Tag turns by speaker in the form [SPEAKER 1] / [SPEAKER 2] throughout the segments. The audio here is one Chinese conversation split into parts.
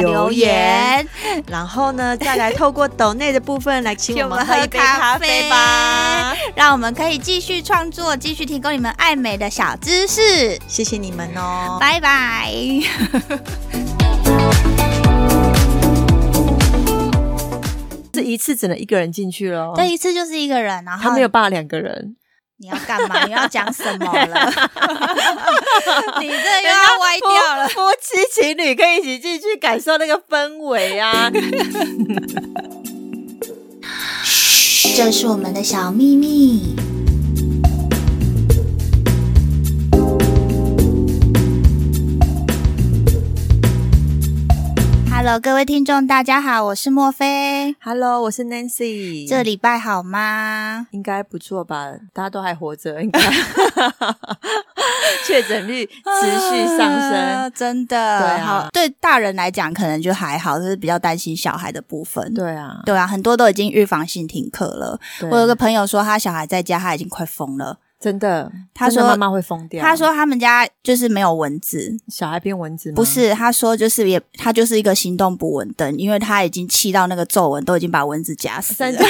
[SPEAKER 1] 留言，
[SPEAKER 2] 然后呢，再来透过抖内的部分来请我们喝一杯咖啡吧。
[SPEAKER 1] 让我们可以继续创作，继续提供你们爱美的小知识。
[SPEAKER 2] 谢谢你们哦。
[SPEAKER 1] 拜拜。
[SPEAKER 2] 这一次只能一个人进去了，
[SPEAKER 1] 这一次就是一个人，然后
[SPEAKER 2] 哦他没有办法两个人。
[SPEAKER 1] 你要干嘛？你要讲什么 了？你这又要歪掉了。
[SPEAKER 2] 啊夫妻情侣可以一起进去感受那个氛围啊。
[SPEAKER 1] 这是我们的小秘密。Hello，各位听众，大家好，我是莫菲。
[SPEAKER 2] Hello，我是 Nancy，
[SPEAKER 1] 这礼拜好吗？
[SPEAKER 2] 应该不错吧？大家都还活着，应该 确诊率持续上
[SPEAKER 1] 啊
[SPEAKER 2] 升。
[SPEAKER 1] 真的。
[SPEAKER 2] 对啊
[SPEAKER 1] 好，对大人来讲可能就还好，就是比较担心小孩的部分。
[SPEAKER 2] 对啊，
[SPEAKER 1] 对啊，很多都已经预防性停课了。
[SPEAKER 2] 对
[SPEAKER 1] 我有个朋友说，他小孩在家，他已经快疯了。
[SPEAKER 2] 真的，
[SPEAKER 1] 他
[SPEAKER 2] 真的
[SPEAKER 1] 说
[SPEAKER 2] 妈妈会疯掉。
[SPEAKER 1] 他说他们家就是没有蚊子，
[SPEAKER 2] 小孩变蚊子吗？
[SPEAKER 1] 不，是，他说就是也他就是一个行动不稳定，因为他已经气到那个皱纹都已经把蚊子夹死
[SPEAKER 2] 真
[SPEAKER 1] 了
[SPEAKER 2] 的。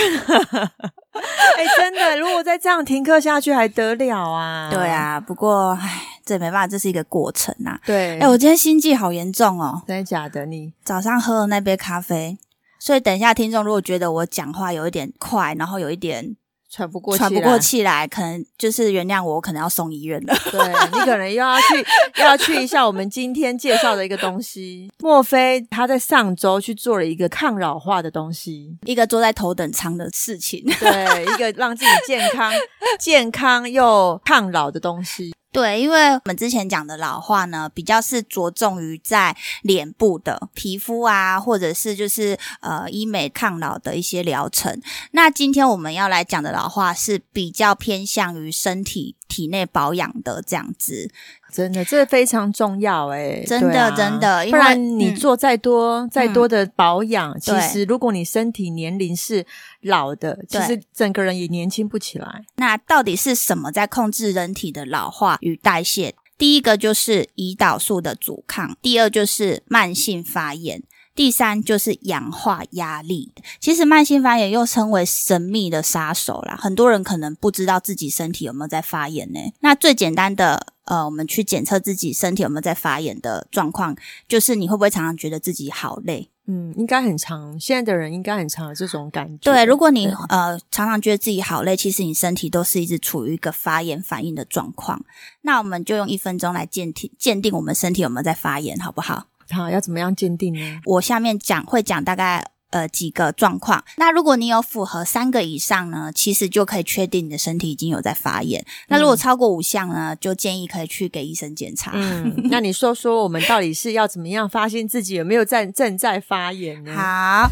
[SPEAKER 2] 哎、真的，如果再这样停课下去还得了啊？
[SPEAKER 1] 对，啊，不过唉，这没办法，这是一个过程啊。
[SPEAKER 2] 对。
[SPEAKER 1] 哎、我今天心悸好严重哦，
[SPEAKER 2] 真的假的？你
[SPEAKER 1] 早上喝了那杯咖啡，所以等一下听众如果觉得我讲话有一点快，然后有一点
[SPEAKER 2] 喘不过
[SPEAKER 1] 喘不
[SPEAKER 2] 来
[SPEAKER 1] 过气来，可能就是原谅我，我可能要送医院了。
[SPEAKER 2] 对你可能又要去又要去一下我们今天介绍的一个东西。 莫非他在上周去做了一个抗老化的东西？
[SPEAKER 1] 一个坐在头等舱的事情。
[SPEAKER 2] 对，一个让自己健康、健康又抗老的东西。
[SPEAKER 1] 对，因为我们之前讲的老化呢，比较是着重于在脸部的皮肤啊，或者是就是呃医美抗老的一些疗程。那今天我们要来讲的老化是比较偏向于身体体内保养的这样子。
[SPEAKER 2] 真的，这非常重要哎、
[SPEAKER 1] 真的
[SPEAKER 2] 对啊
[SPEAKER 1] 真的因为
[SPEAKER 2] 不然你做再多、再
[SPEAKER 1] 嗯
[SPEAKER 2] 多的保养，其
[SPEAKER 1] 对
[SPEAKER 2] 实如果你身体年龄是老的，其
[SPEAKER 1] 对
[SPEAKER 2] 实整个人也年轻不起来。
[SPEAKER 1] 那到底是什么在控制人体的老化与代谢？第一个就是胰岛素的阻抗，第二就是慢性发炎。第三就是氧化压力，其实慢性发炎又称为神秘的杀手啦。很多人可能不知道自己身体有没有在发炎呢、那最简单的，呃，我们去检测自己身体有没有在发炎的状况，就是你会不会常常觉得自己好累，
[SPEAKER 2] 嗯，应该很长，现在的人应该很常有这种感觉。
[SPEAKER 1] 对，如果你
[SPEAKER 2] 对
[SPEAKER 1] 呃常常觉得自己好累，其实你身体都是一直处于一个发炎反应的状况。那我们就用一分钟来鉴定鉴定我们身体有没有在发炎，好不好？
[SPEAKER 2] 好要怎么样鉴定呢？
[SPEAKER 1] 我下面讲会讲大概呃几个状况。那如果你有符合三个以上呢，其实就可以确定你的身体已经有在发炎。那如果超过五项呢，就建议可以去给医生检查。
[SPEAKER 2] 嗯， 那你说说我们到底是要怎么样发现自己有没有在正在发炎呢？
[SPEAKER 1] 好。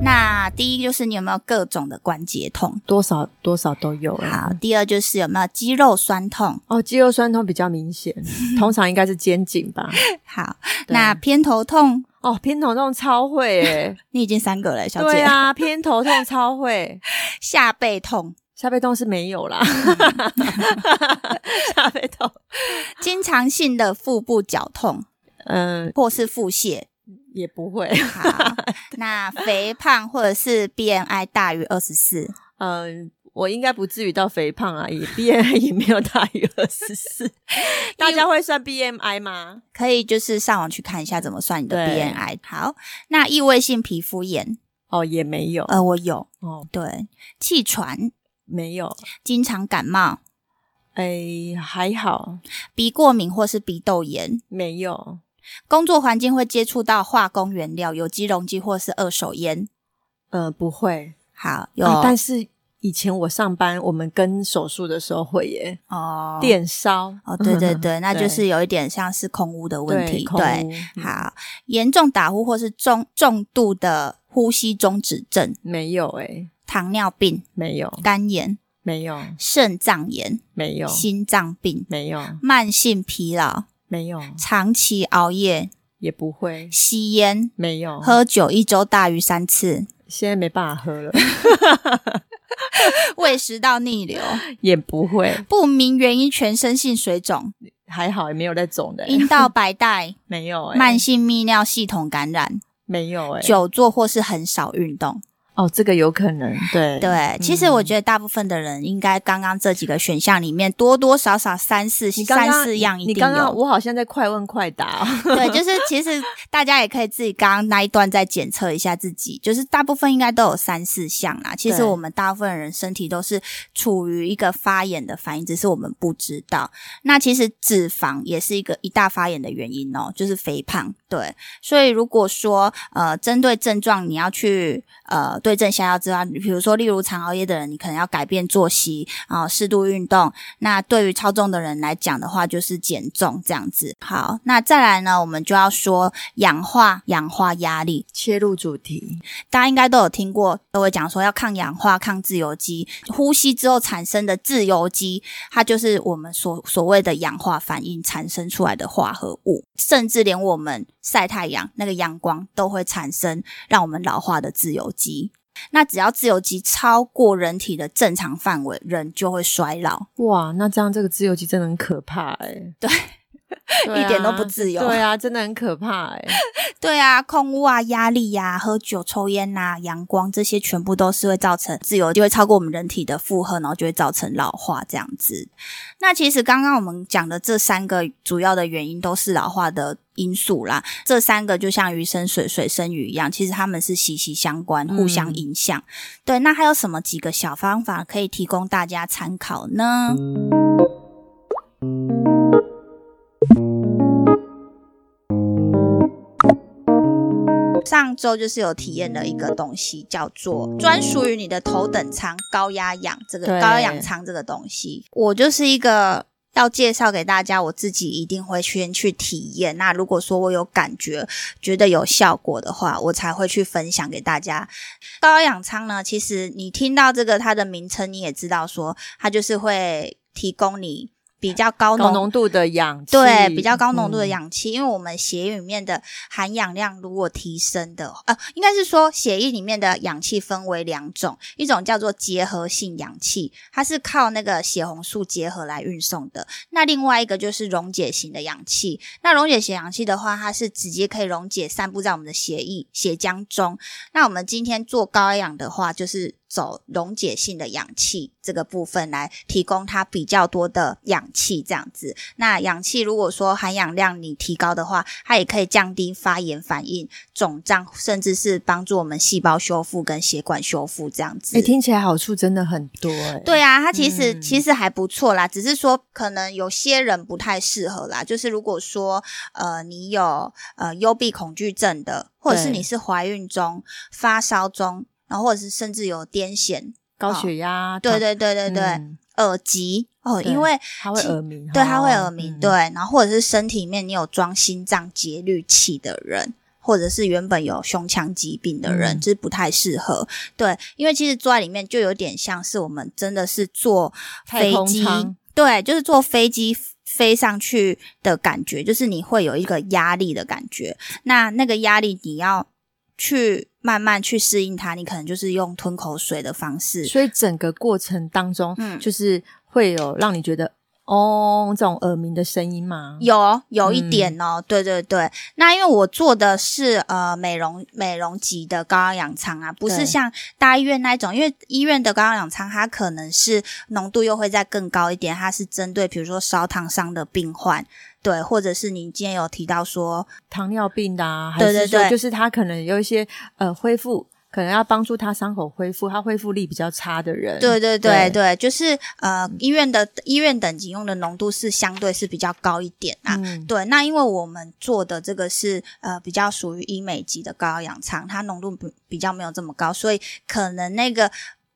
[SPEAKER 1] 那第一就是你有没有各种的关节痛？
[SPEAKER 2] 多少多少都有哎了。
[SPEAKER 1] 好，第二就是有没有肌肉酸痛？
[SPEAKER 2] 哦，肌肉酸痛比较明 显，通常应该是肩颈吧。
[SPEAKER 1] 好，
[SPEAKER 2] 对
[SPEAKER 1] 那偏头痛，
[SPEAKER 2] 哦，偏头痛超会 诶、
[SPEAKER 1] 你已经三个了，小姐。
[SPEAKER 2] 对啊，偏头痛超会，
[SPEAKER 1] 下背痛，
[SPEAKER 2] 下背痛是没有啦，嗯 下背痛，
[SPEAKER 1] 经常性的腹部绞痛
[SPEAKER 2] 嗯，
[SPEAKER 1] 或是腹泻。
[SPEAKER 2] 也不会，
[SPEAKER 1] 好，那肥胖或者是 BMI 大于二十四，
[SPEAKER 2] 嗯。我应该不至于到肥胖啊，也 BMI 也没有大于二十 四。大家会算 BMI 吗？
[SPEAKER 1] 可以就是上网去看一下怎么算你的
[SPEAKER 2] 对
[SPEAKER 1] BMI。好，那异位性皮肤炎，
[SPEAKER 2] 哦，也没有
[SPEAKER 1] 呃，我有，
[SPEAKER 2] 哦，
[SPEAKER 1] 对，气喘，
[SPEAKER 2] 没有，
[SPEAKER 1] 经常感冒，
[SPEAKER 2] 哎，还好
[SPEAKER 1] 鼻过敏或是鼻窦炎，
[SPEAKER 2] 没有。
[SPEAKER 1] 工作环境会接触到化工原料、有机溶剂或是二手烟。
[SPEAKER 2] 呃，不会
[SPEAKER 1] 好，有，
[SPEAKER 2] 啊，但是以前我上班，我们跟手术的时候会耶，
[SPEAKER 1] 哦，
[SPEAKER 2] 电烧
[SPEAKER 1] 哦，对对对，那就
[SPEAKER 2] 对
[SPEAKER 1] 是有一点像是空污的问题，
[SPEAKER 2] 空
[SPEAKER 1] 对，
[SPEAKER 2] 屋嗯
[SPEAKER 1] 好，严重打呼或是重重度的呼吸中止症、
[SPEAKER 2] 没有哎、
[SPEAKER 1] 糖尿病、
[SPEAKER 2] 没有
[SPEAKER 1] 肝炎、
[SPEAKER 2] 没有
[SPEAKER 1] 肾脏炎、
[SPEAKER 2] 没有
[SPEAKER 1] 心脏病、
[SPEAKER 2] 没有
[SPEAKER 1] 慢性疲劳、
[SPEAKER 2] 没有
[SPEAKER 1] 长期熬夜、
[SPEAKER 2] 也不会
[SPEAKER 1] 吸烟、
[SPEAKER 2] 没有，
[SPEAKER 1] 喝酒一周大于三次、
[SPEAKER 2] 现在没办法喝了，
[SPEAKER 1] 胃食道逆流、
[SPEAKER 2] 也不会
[SPEAKER 1] 不明原因全身性水肿、
[SPEAKER 2] 还好，也没有在肿的欸、
[SPEAKER 1] 阴道白 带、
[SPEAKER 2] 没有哎、
[SPEAKER 1] 慢性泌尿系统感染、
[SPEAKER 2] 没有哎、
[SPEAKER 1] 久坐或是很少运动。
[SPEAKER 2] 哦，这个有可能对嗯
[SPEAKER 1] 对，其实我觉得大部分的人应该刚刚这几个选项里面多多少少三四
[SPEAKER 2] 你刚刚
[SPEAKER 1] 三四样一
[SPEAKER 2] 你
[SPEAKER 1] 定
[SPEAKER 2] 刚刚
[SPEAKER 1] 有。
[SPEAKER 2] 我好像在快问快答、哦，
[SPEAKER 1] 对，就是其实大家也可以自己刚刚那一段再检测一下自己，就是大部分应该都有三四项啦。其实
[SPEAKER 2] 对
[SPEAKER 1] 我们大部分人身体都是处于一个发炎的反应，只是我们不知道。那其实脂肪也是一个一大发炎的原因哦，就是肥胖。对，所以如果说呃，针对症状你要去呃对症下药之外，比如说例如常熬夜的人，你可能要改变作息啊、适度运动。那对于超重的人来讲的话，就是减重这样子。好，那再来呢，我们就要说氧化氧化压力，
[SPEAKER 2] 切入主题，
[SPEAKER 1] 大家应该都有听过，都会讲说要抗氧化、抗自由基，呼吸之后产生的自由基，它就是我们所所谓的氧化反应产生出来的化合物，甚至连我们晒太阳那个阳光都会产生让我们老化的自由基。那只要自由基超过人体的正常范围，人就会衰老，
[SPEAKER 2] 哇，那这样这个自由基真的很可怕哎、 对啊
[SPEAKER 1] 一点都不自由。
[SPEAKER 2] 对啊，真的很可怕哎、
[SPEAKER 1] 对啊，空污啊、压力呀、喝酒、抽烟呐、阳光这些，全部都是会造成自由就会超过我们人体的负荷，然后就会造成老化这样子。那其实刚刚我们讲的这三个主要的原因都是老化的因素啦。这三个就像鱼生水、水生鱼一样，其实它们是息息相关，互相影响。对，那还有什么几个小方法可以提供大家参考呢？上周就是有体验了一个东西，叫做专属于你的头等舱高压氧这个
[SPEAKER 2] 对
[SPEAKER 1] 高压氧舱这个东西。我就是一个要介绍给大家，我自己一定会先去体验。那如果说我有感觉，觉得有效果的话，我才会去分享给大家。高压氧舱呢，其实你听到这个它的名称，你也知道说它就是会提供你比较高
[SPEAKER 2] 高
[SPEAKER 1] 浓
[SPEAKER 2] 浓度的氧气，
[SPEAKER 1] 对，比较高浓度的
[SPEAKER 2] 嗯
[SPEAKER 1] 氧气，因为我们血液里面的含氧量如果提升的，呃，应该是说血液里面的氧气分为两种，一种叫做结合性氧气，它是靠那个血红素结合来运送的；那另外一个就是溶解型的氧气。那溶解型氧气的话，它是直接可以溶解散布在我们的血液、血浆中。那我们今天做高氧的话，就是走溶解性的氧气这个部分来提供它比较多的氧气，这样子。那氧气如果说含氧量你提高的话，它也可以降低发炎反应、肿胀，甚至是帮助我们细胞修复跟血管修复这样子。
[SPEAKER 2] 哎、听起来好处真的很多哎、
[SPEAKER 1] 对啊，它其实、
[SPEAKER 2] 嗯
[SPEAKER 1] 其实还不错啦，只是说可能有些人不太适合啦。就是如果说呃你有呃幽闭恐惧症的，或者是
[SPEAKER 2] 对
[SPEAKER 1] 你是怀孕中、发烧中，然后或者是甚至有癫痫，
[SPEAKER 2] 高血压，
[SPEAKER 1] 对
[SPEAKER 2] 糖，
[SPEAKER 1] 对对对对，
[SPEAKER 2] 嗯
[SPEAKER 1] 耳疾哦，
[SPEAKER 2] 对
[SPEAKER 1] 因为
[SPEAKER 2] 它会
[SPEAKER 1] 其
[SPEAKER 2] 耳鸣，
[SPEAKER 1] 对，
[SPEAKER 2] 哦
[SPEAKER 1] 它会耳鸣，
[SPEAKER 2] 嗯
[SPEAKER 1] 对，然后或者是身体里面你有装心脏节律器的人。或者是原本有胸腔疾病的人，
[SPEAKER 2] 嗯
[SPEAKER 1] 就是不太适合。对，因为其实坐在里面就有点像是我们真的是坐
[SPEAKER 2] 太
[SPEAKER 1] 飞
[SPEAKER 2] 空
[SPEAKER 1] 机
[SPEAKER 2] 舱，
[SPEAKER 1] 对，就是坐飞机飞上去的感觉，就是你会有一个压力的感觉。那那个压力你要去慢慢去适应它，你可能就是用吞口水的方式，
[SPEAKER 2] 所以整个过程当中，
[SPEAKER 1] 嗯
[SPEAKER 2] 就是会有让你觉得哦这种耳鸣的声音吗？
[SPEAKER 1] 有有一
[SPEAKER 2] 嗯
[SPEAKER 1] 点哦，对对对。那因为我做的是呃美容美容级的高压氧舱啊，不是
[SPEAKER 2] 对
[SPEAKER 1] 像大医院那一种，因为医院的高压氧舱它可能是浓度又会再更高一点，它是针对比如说烧烫伤的病患，对，或者是你今天有提到说
[SPEAKER 2] 糖尿病的啊，还
[SPEAKER 1] 对对
[SPEAKER 2] 是说
[SPEAKER 1] 对
[SPEAKER 2] 就是他可能有一些呃恢复，可能要帮助他伤口恢复，他恢复力比较差的人，
[SPEAKER 1] 对对对
[SPEAKER 2] 对
[SPEAKER 1] 对，就是呃，医院的医院等级用的浓度是相对是比较高一点啊。
[SPEAKER 2] 嗯
[SPEAKER 1] 对，那因为我们做的这个是呃比较属于医美级的高氧舱，它浓度比比较没有这么高，所以可能那个。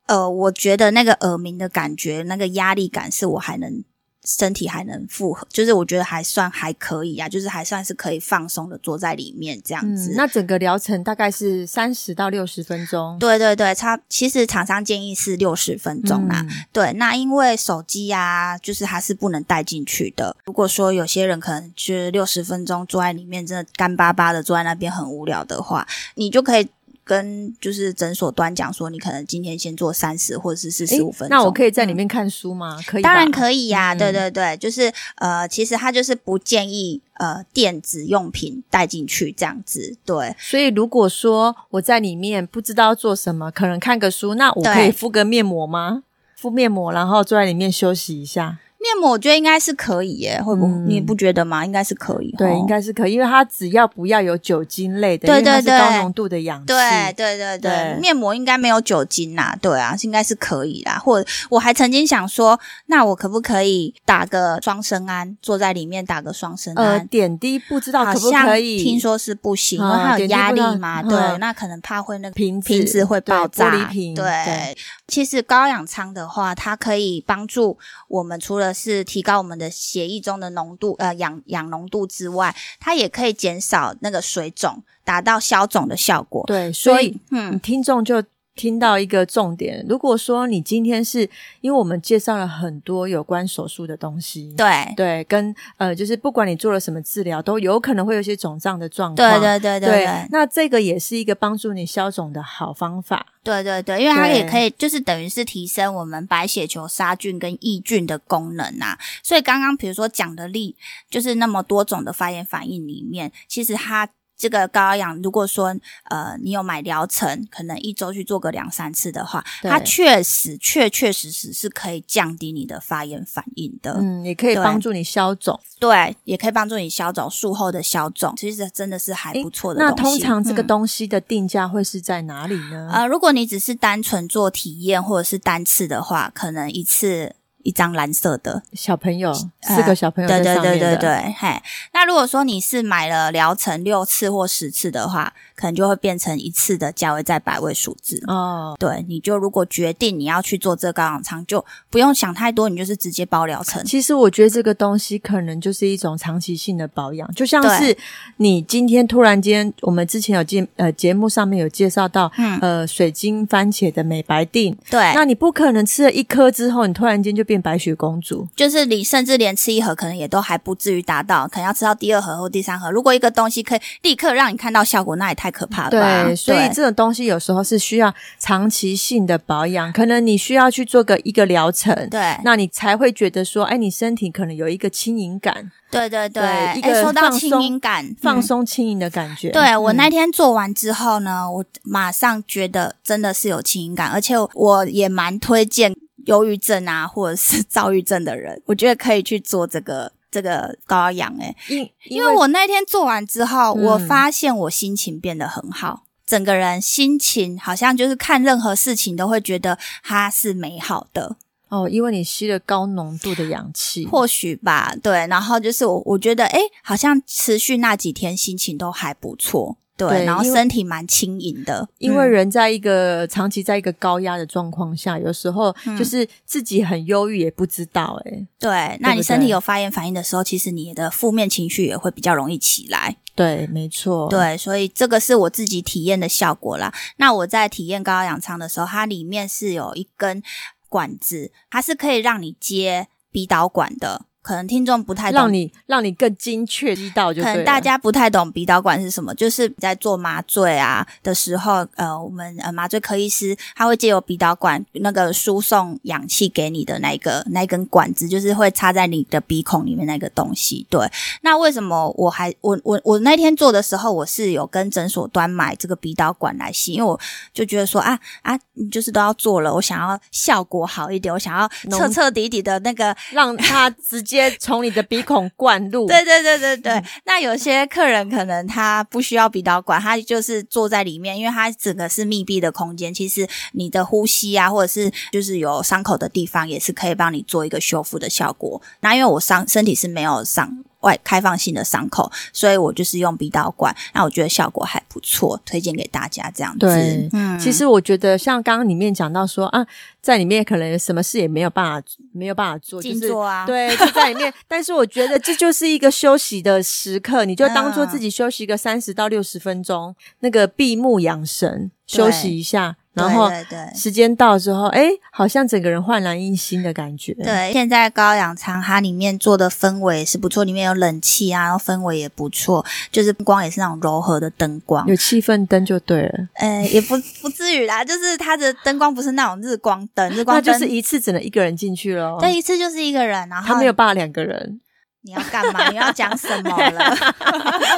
[SPEAKER 1] 呃，我觉得那个耳鸣的感觉，那个压力感是我还能身体还能负荷，就是我觉得还算还可以啊，就是还算是可以放松的坐在里面这样子。
[SPEAKER 2] 嗯，那整个疗程大概是三十到六十分钟，
[SPEAKER 1] 对对对，差其实厂商建议是六十分钟啦、
[SPEAKER 2] 嗯
[SPEAKER 1] 对，那因为手机呀、就是它是不能带进去的。如果说有些人可能就是六十分钟坐在里面，真的干巴巴的坐在那边很无聊的话，你就可以跟就是诊所端讲说，你可能今天先做三十或者是四十五
[SPEAKER 2] 诶
[SPEAKER 1] 分钟。嗯
[SPEAKER 2] 那我可以在里面看书吗？可以吧，
[SPEAKER 1] 当然可以呀、
[SPEAKER 2] 嗯
[SPEAKER 1] 对对对，就是呃，其实它就是不建议呃电子用品带进去这样子，对
[SPEAKER 2] 所以如果说我在里面不知道做什么，可能看个书，那我
[SPEAKER 1] 对
[SPEAKER 2] 可以敷个面膜吗？敷面膜，然后坐在里面休息一下。
[SPEAKER 1] 面膜我觉得应该是可以耶，会不、
[SPEAKER 2] 嗯
[SPEAKER 1] 你不觉得吗？应该是可以，
[SPEAKER 2] 对，
[SPEAKER 1] 吼
[SPEAKER 2] 应该是可以，因为它只要不要有酒精类的，
[SPEAKER 1] 哦对
[SPEAKER 2] 因为
[SPEAKER 1] 对
[SPEAKER 2] 它是高
[SPEAKER 1] 对
[SPEAKER 2] 浓度的氧气。
[SPEAKER 1] 对对对对
[SPEAKER 2] 对，
[SPEAKER 1] 面膜应该没有酒精啦，对啊，应该是可以啦。或我还曾经想说，那我可不可以打个双生胺，坐在里面打个双生
[SPEAKER 2] 呃，
[SPEAKER 1] 胺？
[SPEAKER 2] 点滴不知道
[SPEAKER 1] 好
[SPEAKER 2] 可不
[SPEAKER 1] 像
[SPEAKER 2] 可以？
[SPEAKER 1] 听说是不行，因为
[SPEAKER 2] 嗯
[SPEAKER 1] 它有
[SPEAKER 2] 点击
[SPEAKER 1] 压
[SPEAKER 2] 不
[SPEAKER 1] 力
[SPEAKER 2] 到
[SPEAKER 1] 嘛，
[SPEAKER 2] 嗯
[SPEAKER 1] 对，那可能怕会那个
[SPEAKER 2] 瓶子
[SPEAKER 1] 瓶子会
[SPEAKER 2] 对
[SPEAKER 1] 爆炸。
[SPEAKER 2] 玻璃瓶对
[SPEAKER 1] 其实高氧舱的话，它可以帮助我们，除了是提高我们的血液中的浓度，呃，氧氧浓度之外，它也可以减少那个水肿，达到消肿的效果。
[SPEAKER 2] 对，所以，
[SPEAKER 1] 嗯
[SPEAKER 2] 你，听众就听到一个重点。如果说你今天是因为我们介绍了很多有关手术的东西，
[SPEAKER 1] 对，
[SPEAKER 2] 对，跟呃，就是不管你做了什么治疗，都有可能会有一些肿胀的状况。
[SPEAKER 1] 对对对对对
[SPEAKER 2] 那这个也是一个帮助你消肿的好方法。
[SPEAKER 1] 对对对，因为它
[SPEAKER 2] 对
[SPEAKER 1] 也可以，就是等于是提升我们白血球杀菌跟抑菌的功能啊。所以刚刚比如说讲的例，就是那么多种的发炎反应里面，其实它。这个高氧，如果说呃你有买疗程，可能一周去做个两三次的话，
[SPEAKER 2] 对
[SPEAKER 1] 它确实确确实实是可以降低你的发炎反应的。
[SPEAKER 2] 嗯，也可以
[SPEAKER 1] 对
[SPEAKER 2] 帮助你消肿。
[SPEAKER 1] 对，也可以帮助你消肿，术后的消肿，其实真的是还不错的东
[SPEAKER 2] 那
[SPEAKER 1] 西。
[SPEAKER 2] 通常这个
[SPEAKER 1] 嗯
[SPEAKER 2] 东西的定价会是在哪里呢？
[SPEAKER 1] 呃，如果你只是单纯做体验或者是单次的话，可能一次一张蓝色的，
[SPEAKER 2] 小朋友，
[SPEAKER 1] 呃
[SPEAKER 2] 四个小朋友
[SPEAKER 1] 对
[SPEAKER 2] 在
[SPEAKER 1] 对
[SPEAKER 2] 上
[SPEAKER 1] 对
[SPEAKER 2] 面
[SPEAKER 1] 对
[SPEAKER 2] 的，
[SPEAKER 1] 对，嘿。那如果说你是买了疗程六次或十次的话，可能就会变成一次的价位在百位数字。
[SPEAKER 2] 哦，
[SPEAKER 1] 对，你就如果决定你要去做这个高氧舱，就不用想太多，你就是直接包疗程。
[SPEAKER 2] 其实我觉得这个东西可能就是一种长期性的保养，就像
[SPEAKER 1] 对
[SPEAKER 2] 是你今天突然间，我们之前有介呃节目上面有介绍到，
[SPEAKER 1] 嗯哎
[SPEAKER 2] 呃水晶番茄的美白定，
[SPEAKER 1] 对，
[SPEAKER 2] 那你不可能吃了一颗之后，你突然间就变白雪公主。
[SPEAKER 1] 就是你甚至连吃一盒可能也都还不至于达到，可能要吃到第二盒或第三盒。如果一个东西可以立刻让你看到效果，那也太可怕了啊吧？
[SPEAKER 2] 对，所以这种东西有时候是需要长期性的保养，可能你需要去做个一个疗程，
[SPEAKER 1] 对，
[SPEAKER 2] 那你才会觉得说，哎，你身体可能有一个轻盈感，
[SPEAKER 1] 对对对，
[SPEAKER 2] 对
[SPEAKER 1] 哎
[SPEAKER 2] 一个
[SPEAKER 1] 说到
[SPEAKER 2] 放
[SPEAKER 1] 轻
[SPEAKER 2] 松
[SPEAKER 1] 盈感，
[SPEAKER 2] 放
[SPEAKER 1] 嗯
[SPEAKER 2] 松轻盈的感觉。嗯
[SPEAKER 1] 对我那天做完之后呢，我马上觉得真的是有轻盈感，而且我也蛮推荐忧郁症啊或者是躁郁症的人， 我觉得可以去做这个这个高氧诶、
[SPEAKER 2] 因因
[SPEAKER 1] 因为我那天做完之后，
[SPEAKER 2] 嗯
[SPEAKER 1] 我发现我心情变得很好。整个人心情好像就是看任何事情都会觉得它是美好的，
[SPEAKER 2] 哦，因为你吸了高浓度的氧气，
[SPEAKER 1] 或许吧，对。然后就是我，我觉得诶，好像持续那几天心情都还不错，对。
[SPEAKER 2] 对
[SPEAKER 1] 然后
[SPEAKER 2] 因为
[SPEAKER 1] 身体蛮轻盈的，
[SPEAKER 2] 因为
[SPEAKER 1] 嗯
[SPEAKER 2] 人在一个长期在一个高压的状况下，有时候
[SPEAKER 1] 嗯
[SPEAKER 2] 就是自己很忧郁也不知道、欸，
[SPEAKER 1] 对，那
[SPEAKER 2] 对
[SPEAKER 1] 你
[SPEAKER 2] 不
[SPEAKER 1] 身体
[SPEAKER 2] 对
[SPEAKER 1] 有发炎反应的时候，其实你的负面情绪也会比较容易起来。
[SPEAKER 2] 对，没错，，
[SPEAKER 1] 对，所以这个是我自己体验的效果啦。那我在体验高压氧舱的时候，它里面是有一根管子，它是可以让你接鼻导管的。可能听众不太懂
[SPEAKER 2] 让你让你更精确知道就
[SPEAKER 1] 可
[SPEAKER 2] 对
[SPEAKER 1] 能
[SPEAKER 2] 了
[SPEAKER 1] 大家不太懂鼻导管是什么，就是在做麻醉啊的时候，呃，我们呃麻醉科医师他会借由鼻导管那个输送氧气给你的那一个那一根管子，就是会插在你的鼻孔里面那个东西。对，那为什么我还我我我那天做的时候，我是有跟诊所端买这个鼻导管来吸，因为我就觉得说啊啊，你就是都要做了，我想要效果好一点，我想要
[SPEAKER 2] 浓
[SPEAKER 1] 彻彻底底的那个
[SPEAKER 2] 让它直接从你的鼻孔灌入，
[SPEAKER 1] 对对对对
[SPEAKER 2] 嗯
[SPEAKER 1] 对，那有些客人可能他不需要鼻导管，他就是坐在里面，因为他整个是密闭的空间。其实你的呼吸啊，或者是就是有伤口的地方，也是可以帮你做一个修复的效果。那因为我伤身体是没有伤外开放性的伤口，所以我就是用鼻导管，那我觉得效果还不错，推荐给大家这样子。
[SPEAKER 2] 对
[SPEAKER 1] 嗯
[SPEAKER 2] 其实我觉得像刚刚里面讲到说啊，在里面可能什么事也没有办法没有办法做，就
[SPEAKER 1] 静
[SPEAKER 2] 是
[SPEAKER 1] 坐啊，
[SPEAKER 2] 对，就在里面。但是我觉得这就是一个休息的时刻，你就当
[SPEAKER 1] 嗯
[SPEAKER 2] 做自己休息个三十到六十分钟，那个闭目养神，休息一下，
[SPEAKER 1] 对，
[SPEAKER 2] 然后
[SPEAKER 1] 对对
[SPEAKER 2] 时间到之后，哎，好像整个人焕然一新的感觉。
[SPEAKER 1] 对，现在高氧舱它里面做的氛围也是不错，里面有冷气啊，然后氛围也不错，就是光也是那种柔和的灯光，
[SPEAKER 2] 有气氛灯就对了，
[SPEAKER 1] 呃，也不不至于啦，就是它的灯光不是那种日光灯，日
[SPEAKER 2] 那
[SPEAKER 1] 光
[SPEAKER 2] 就
[SPEAKER 1] 灯
[SPEAKER 2] 是一次只能一个人进去咯。
[SPEAKER 1] 对，一次就是一个人，然后
[SPEAKER 2] 他没有办法两个人，
[SPEAKER 1] 你要干嘛？你要讲什么了？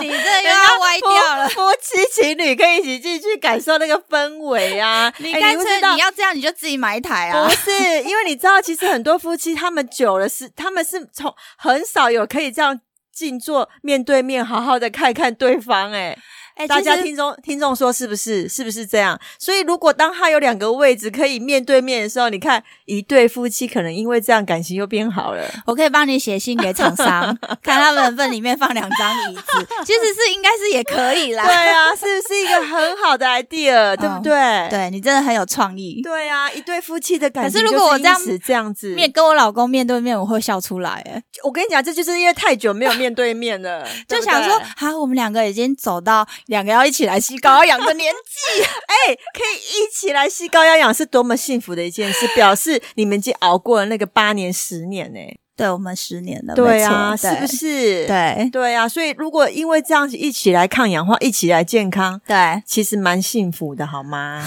[SPEAKER 1] 你这又要歪掉了。
[SPEAKER 2] 夫妻情侣可以一起进去感受那个氛围啊！
[SPEAKER 1] 你
[SPEAKER 2] 哎
[SPEAKER 1] 干
[SPEAKER 2] 不
[SPEAKER 1] 脆
[SPEAKER 2] 知道
[SPEAKER 1] 你要这样，你就自己买一台啊
[SPEAKER 2] 不。是，因为你知道，其实很多夫妻他们久了是，他们是从很少有可以这样静坐面对面，好好的看看对方、欸。
[SPEAKER 1] 哎
[SPEAKER 2] 大家
[SPEAKER 1] 其实
[SPEAKER 2] 听众听众说是不是？是不是这样？所以如果当他有两个位置可以面对面的时候，你看一对夫妻可能因为这样感情又变好 了。
[SPEAKER 1] 我可以帮你写信给厂 商，看他们份里面放两张椅子，其实是应该是也可以
[SPEAKER 2] 对
[SPEAKER 1] 啦。
[SPEAKER 2] 啊，是不是一个很好的 idea？对 不对？
[SPEAKER 1] 对你真的很有创意。
[SPEAKER 2] 对啊，一对夫妻的感情
[SPEAKER 1] 可是
[SPEAKER 2] 就
[SPEAKER 1] 如
[SPEAKER 2] 是
[SPEAKER 1] 果我这样
[SPEAKER 2] 因此这样子，
[SPEAKER 1] 面跟我老公面对面，我会笑出来，哎，
[SPEAKER 2] 我跟你讲，这就是因为太久没有面对面 了，对
[SPEAKER 1] 就
[SPEAKER 2] 不
[SPEAKER 1] 想说
[SPEAKER 2] 对
[SPEAKER 1] 啊，我们两个已经走到两个要一起来吸高氧的年纪，
[SPEAKER 2] 哎、可以一起来吸高压氧，是多么幸福的一件事！表示你们已经熬过了那个八年、十年呢、
[SPEAKER 1] 对我们十年 了，
[SPEAKER 2] 对
[SPEAKER 1] 没
[SPEAKER 2] 啊，
[SPEAKER 1] 错
[SPEAKER 2] 是不？是？
[SPEAKER 1] 对，对
[SPEAKER 2] 对啊，所以如果因为这样子一起来抗氧化，一起来健康，
[SPEAKER 1] 对，
[SPEAKER 2] 其实蛮幸福的，好吗？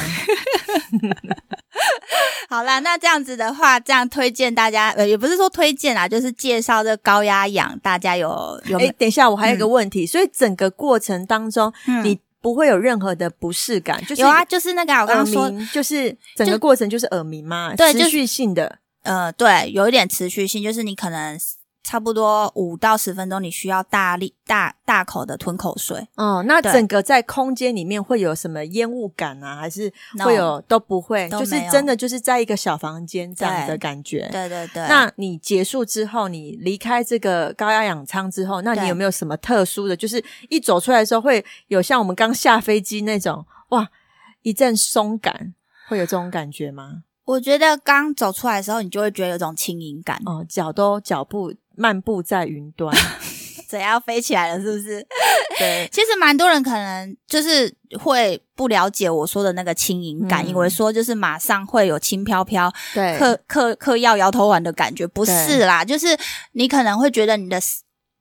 [SPEAKER 1] 好啦，那这样子的话，这样推荐大家，呃，也不是说推荐啦，就是介绍这高压氧，大家有 有
[SPEAKER 2] 哎、等一下，我还有一个问题，所以整个过程当中，
[SPEAKER 1] 嗯
[SPEAKER 2] 你不会有任何的不适感，就是
[SPEAKER 1] 有啊，就是那个啊我刚
[SPEAKER 2] 耳
[SPEAKER 1] 刚说，
[SPEAKER 2] 鸣，就是整个过程就是耳鸣嘛，
[SPEAKER 1] 对就
[SPEAKER 2] 持
[SPEAKER 1] 是
[SPEAKER 2] 续性的。
[SPEAKER 1] 呃，对，有一点持续性，就是你可能差不多五到十分钟，你需要大力大大口的吞口水，
[SPEAKER 2] 哦，那
[SPEAKER 1] 对
[SPEAKER 2] 整个在空间里面会有什么烟雾感啊？还是
[SPEAKER 1] No，
[SPEAKER 2] 会有都不会，
[SPEAKER 1] 都
[SPEAKER 2] 就是
[SPEAKER 1] 没有
[SPEAKER 2] 真的就是在一个小房间这样的感觉。
[SPEAKER 1] 对对对，
[SPEAKER 2] 那你结束之后，你离开这个高压氧舱之后，那你
[SPEAKER 1] 对
[SPEAKER 2] 有没有什么特殊的？就是一走出来的时候，会有像我们刚下飞机那种哇一阵松感，会有这种感觉吗？
[SPEAKER 1] 我觉得刚走出来的时候，你就会觉得有种轻盈感，
[SPEAKER 2] 哦，脚都脚步漫步在云 端，
[SPEAKER 1] 怎样飞起来了，是不是？
[SPEAKER 2] 对，
[SPEAKER 1] 其实蛮多人可能就是会不了解我说的那个轻盈感，
[SPEAKER 2] 嗯
[SPEAKER 1] 以为说就是马上会有轻飘飘
[SPEAKER 2] 对
[SPEAKER 1] 嗑嗑嗑药摇头丸的感觉，不
[SPEAKER 2] 对
[SPEAKER 1] 是啦，就是你可能会觉得你的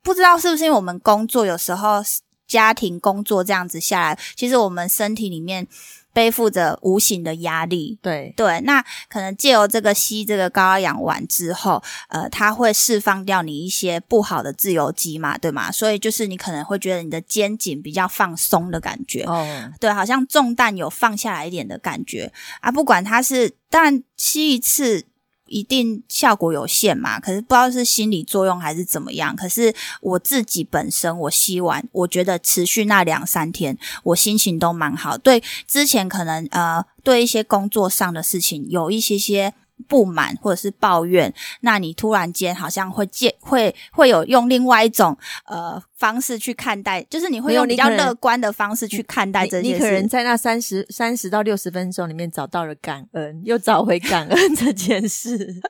[SPEAKER 1] 不知道是不是因为我们工作有时候家庭工作这样子下来，其实我们身体里面背负着无形的压力。
[SPEAKER 2] 对
[SPEAKER 1] 对，那可能借由这个吸这个高压氧丸之后，呃，它会释放掉你一些不好的自由基嘛，对吗？所以就是你可能会觉得你的肩颈比较放松的感觉，
[SPEAKER 2] 哦，
[SPEAKER 1] 对，好像重担有放下来一点的感觉啊。不管它是，当然吸一次一定效果有限嘛，可是不知道是心理作用还是怎么样。可是我自己本身我吸完，我觉得持续那两三天，我心情都蛮好。对之前可能呃对一些工作上的事情有一些些。不满或者是抱怨，那你突然间好像会借会会有用另外一种呃方式去看待，就是你会
[SPEAKER 2] 没有
[SPEAKER 1] 用比
[SPEAKER 2] 你
[SPEAKER 1] 较
[SPEAKER 2] 可能
[SPEAKER 1] 乐观的方式去看待这
[SPEAKER 2] 你
[SPEAKER 1] 件
[SPEAKER 2] 你
[SPEAKER 1] 事。
[SPEAKER 2] 可能在那三十三十到六十分钟里面找到了感恩，又找回 感恩这件事。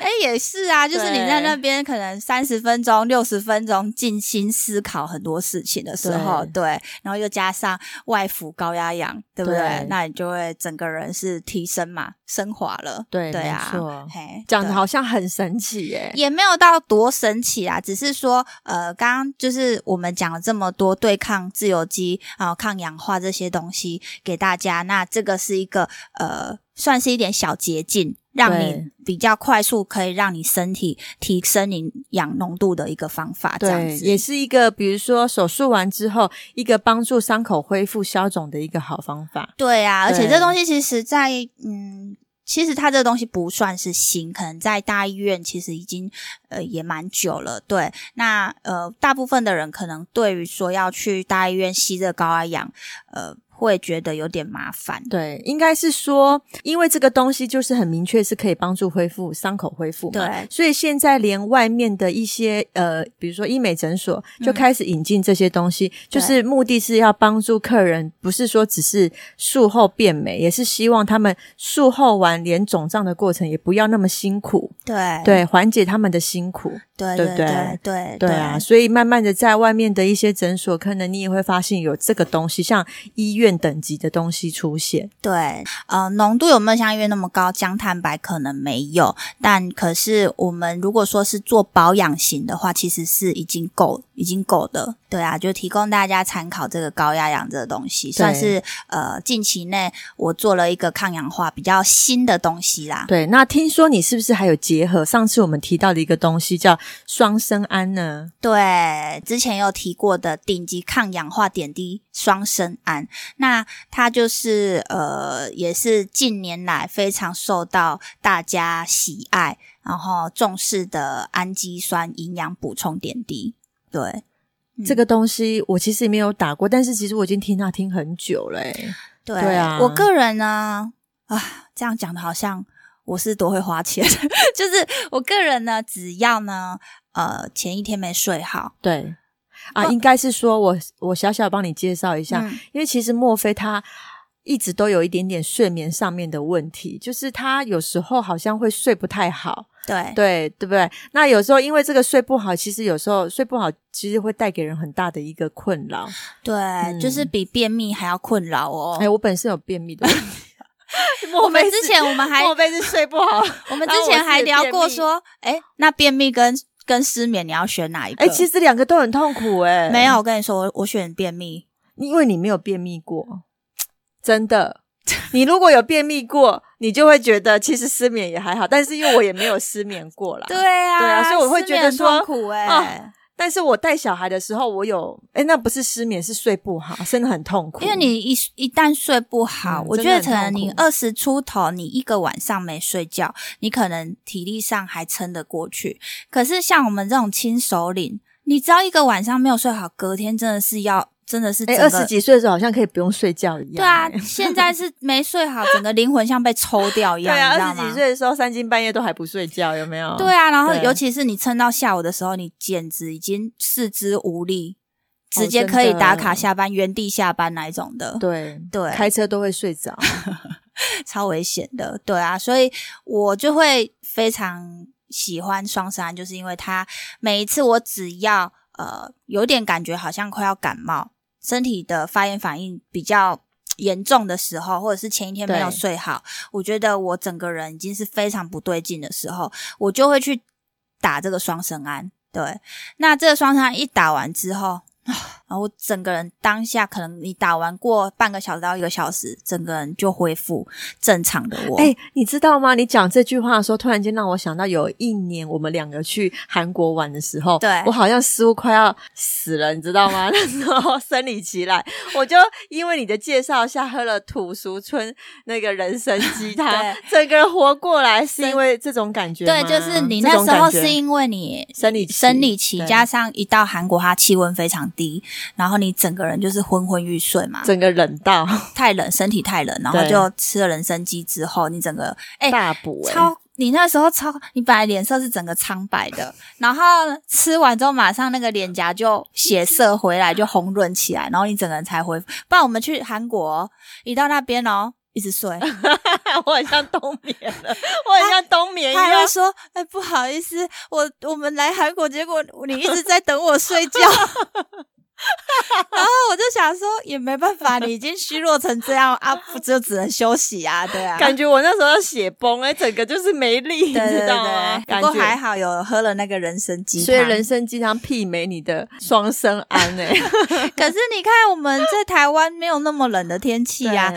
[SPEAKER 1] 哎、也是啊，就是你在那边可能三十分钟、六十分钟静心思考很多事情的时候，
[SPEAKER 2] 对
[SPEAKER 1] 对，然后又加上外敷高压氧，对不对？
[SPEAKER 2] 对
[SPEAKER 1] 那你就会整个人是提升嘛，升华了，
[SPEAKER 2] 对
[SPEAKER 1] 对啊，
[SPEAKER 2] 没错
[SPEAKER 1] 嘿，
[SPEAKER 2] 讲的
[SPEAKER 1] 对。
[SPEAKER 2] 好像很神奇耶、
[SPEAKER 1] 也没有到多神奇啊，只是说，呃，刚刚就是我们讲了这么多对抗自由基啊、抗氧化这些东西给大家，那这个是一个呃，算是一点小捷径，让你
[SPEAKER 2] 对
[SPEAKER 1] 比较快速可以让你身体提升你氧浓度的一个方法，这样
[SPEAKER 2] 啊对，
[SPEAKER 1] 子
[SPEAKER 2] 也是一个，比如说手术完之后，一个帮助伤口恢复消肿的一个好方法。
[SPEAKER 1] 对啊，而且
[SPEAKER 2] 对
[SPEAKER 1] 这东西其实在，嗯，其实它这个东西不算是新，可能在大医院其实已经呃也蛮久了。对，那呃，大部分的人可能对于说要去大医院吸这个高压氧，呃。会觉得有点麻烦。
[SPEAKER 2] 对，应该是说，因为这个东西就是很明确是可以帮助恢复伤口恢复嘛，
[SPEAKER 1] 对
[SPEAKER 2] 所以现在连外面的一些呃，比如说医美诊所
[SPEAKER 1] 嗯
[SPEAKER 2] 就开始引进这些东西，就是目的是要帮助客人，不是说只是术后变美，也是希望他们术后完连肿胀的过程也不要那么辛苦，
[SPEAKER 1] 对
[SPEAKER 2] 对，缓解他们的辛苦。
[SPEAKER 1] 对
[SPEAKER 2] 对
[SPEAKER 1] 对
[SPEAKER 2] 不
[SPEAKER 1] 对对
[SPEAKER 2] 对啊，所以慢慢的在外面的一些诊所，可能你也会发现有这个东西，像医院等级的东西出现。
[SPEAKER 1] 对，呃，浓度有没有像医院那么高？姜蛋白可能没有，但可是我们如果说是做保养型的话，其实是已经够，已经够的。对啊，就提供大家参考这个高压氧这个东西，算是呃近期内我做了一个抗氧化比较新的东西啦。
[SPEAKER 2] 对，那听说你是不是还有结合上次我们提到的一个东西叫双生胺呢？
[SPEAKER 1] 对，之前有提过的顶级抗氧化点滴双生胺，那它就是呃，也是近年来非常受到大家喜爱，然后重视的氨基酸营养补充点滴。对，嗯
[SPEAKER 2] 这个东西我其实也没有打过，但是其实我已经听它听很久了欸、
[SPEAKER 1] 对
[SPEAKER 2] 对啊
[SPEAKER 1] 我个人呢，啊，这样讲的好像我是多会花钱， 就是我个人呢，只要呢，呃，前一天没睡好，
[SPEAKER 2] 对，啊，应该是说我我小小帮你介绍一下，
[SPEAKER 1] 嗯
[SPEAKER 2] 因为其实墨菲他一直都有一点点睡眠上面的问题，就是他有时候好像会睡不太好。
[SPEAKER 1] 对
[SPEAKER 2] 对对不对？那有时候因为这个睡不好，其实有时候睡不好，其实会带给人很大的一个困扰。
[SPEAKER 1] 对、
[SPEAKER 2] 嗯
[SPEAKER 1] 就是比便秘还要困扰哦。
[SPEAKER 2] 哎、我本身有便秘的 问题，
[SPEAKER 1] 我们之前我们还
[SPEAKER 2] 莫非是睡不好？
[SPEAKER 1] 我们之前还聊过说，哎，那便秘跟跟失眠你要选哪一个？
[SPEAKER 2] 哎、其实两个都很痛苦哎、
[SPEAKER 1] 没有，我跟你说，我我选便秘。
[SPEAKER 2] 因为你没有便秘过，真的。你如果有便秘过， 你就会觉得其实失眠也还好，但是因为我也没有失眠过啦。
[SPEAKER 1] 对啊
[SPEAKER 2] 对啊所以我会觉得说
[SPEAKER 1] 失眠很痛苦哎、
[SPEAKER 2] 哦但是我带小孩的时候，我有哎、那不是失眠，是睡不好，真的很痛苦。
[SPEAKER 1] 因为你一一旦睡不好，
[SPEAKER 2] 嗯
[SPEAKER 1] 我觉得可
[SPEAKER 2] 真的
[SPEAKER 1] 能
[SPEAKER 2] 很痛苦
[SPEAKER 1] 你二十出头，你一个晚上没睡觉，你可能体力上还撑得过去。可是像我们这种新手领，你只要一个晚上没有睡好，隔天真的是要真的是
[SPEAKER 2] 哎
[SPEAKER 1] 整
[SPEAKER 2] 二十
[SPEAKER 1] 个。
[SPEAKER 2] 几岁的时候好像可以不用睡觉一样、
[SPEAKER 1] 对啊
[SPEAKER 2] 哎，
[SPEAKER 1] 现在是没睡好，整个灵魂像被抽掉一
[SPEAKER 2] 对
[SPEAKER 1] 样，你
[SPEAKER 2] 啊，
[SPEAKER 1] 知道
[SPEAKER 2] 二
[SPEAKER 1] 吗？
[SPEAKER 2] 十几岁的时候三更半夜都还不睡觉，有没有？
[SPEAKER 1] 对啊，然后
[SPEAKER 2] 对
[SPEAKER 1] 尤其是你撑到下午的时候，你简直已经四肢无力，直接
[SPEAKER 2] 哦真
[SPEAKER 1] 可以
[SPEAKER 2] 的
[SPEAKER 1] 打卡下班、原地下班那一种的，
[SPEAKER 2] 对
[SPEAKER 1] 对
[SPEAKER 2] 开车都会睡着。
[SPEAKER 1] 超危险的。对啊，所以我就会非常喜欢双山，就是因为它每一次我只要呃有点感觉好像快要感冒，身体的发炎反应比较。严重的时候，或者是前一天没有
[SPEAKER 2] 对
[SPEAKER 1] 睡好，我觉得我整个人已经是非常不对劲的时候，我就会去打这个双生胺。对，那这个双生胺一打完之后，然后我整个人当下可能你打完过半个小时到一个小时，整个人就恢复正常的我。
[SPEAKER 2] 哎、你知道吗？你讲这句话的时候，突然间让我想到有一年我们两个去韩国玩的时候，
[SPEAKER 1] 对
[SPEAKER 2] 我好像似乎快要死了，你知道吗？ 那时候生理期来，我就因为你的介绍下喝了土俗村那个人参鸡 汤
[SPEAKER 1] 对，
[SPEAKER 2] 整个人活过来，是因为这种感觉吗。
[SPEAKER 1] 对，就是你
[SPEAKER 2] 这
[SPEAKER 1] 那
[SPEAKER 2] 种
[SPEAKER 1] 时候
[SPEAKER 2] 感觉
[SPEAKER 1] 是因为你
[SPEAKER 2] 生理期
[SPEAKER 1] 生理期，
[SPEAKER 2] 对
[SPEAKER 1] 加上一到韩国，它气温非常低，然后你整个人就是昏昏欲睡嘛，
[SPEAKER 2] 整个冷到
[SPEAKER 1] 太冷，身体太冷，然后
[SPEAKER 2] 对
[SPEAKER 1] 就吃了人参鸡之后，你整个哎、
[SPEAKER 2] 大补、哎
[SPEAKER 1] 超。你那时候超，你本来脸色是整个苍白的，然后吃完之后马上那个脸颊就血色回来，就红润起来，然后你整个人才恢复。不然我们去韩国哦、一到那边哦，一直
[SPEAKER 2] 哎
[SPEAKER 1] 睡，
[SPEAKER 2] 我很像冬眠了，我很像冬眠一
[SPEAKER 1] 他还
[SPEAKER 2] 样
[SPEAKER 1] 会。说：“哎、不好意思，我我们来韩国，结果你一直在等我睡觉。” 然后我就想说，也没办法，你已经虚弱成这样啊，不就只能休息啊，对啊。
[SPEAKER 2] 感觉我那时候要血崩 哎、整个就是没力，
[SPEAKER 1] 对
[SPEAKER 2] 你
[SPEAKER 1] 对
[SPEAKER 2] 知道吗
[SPEAKER 1] 对，？不
[SPEAKER 2] 感
[SPEAKER 1] 过
[SPEAKER 2] 觉
[SPEAKER 1] 还好有喝了那个人参鸡汤。
[SPEAKER 2] 所以人参鸡汤媲美你的双生胺 哎、
[SPEAKER 1] 可是你看，我们在台湾没有那么冷的天气
[SPEAKER 2] 对
[SPEAKER 1] 呀、啊。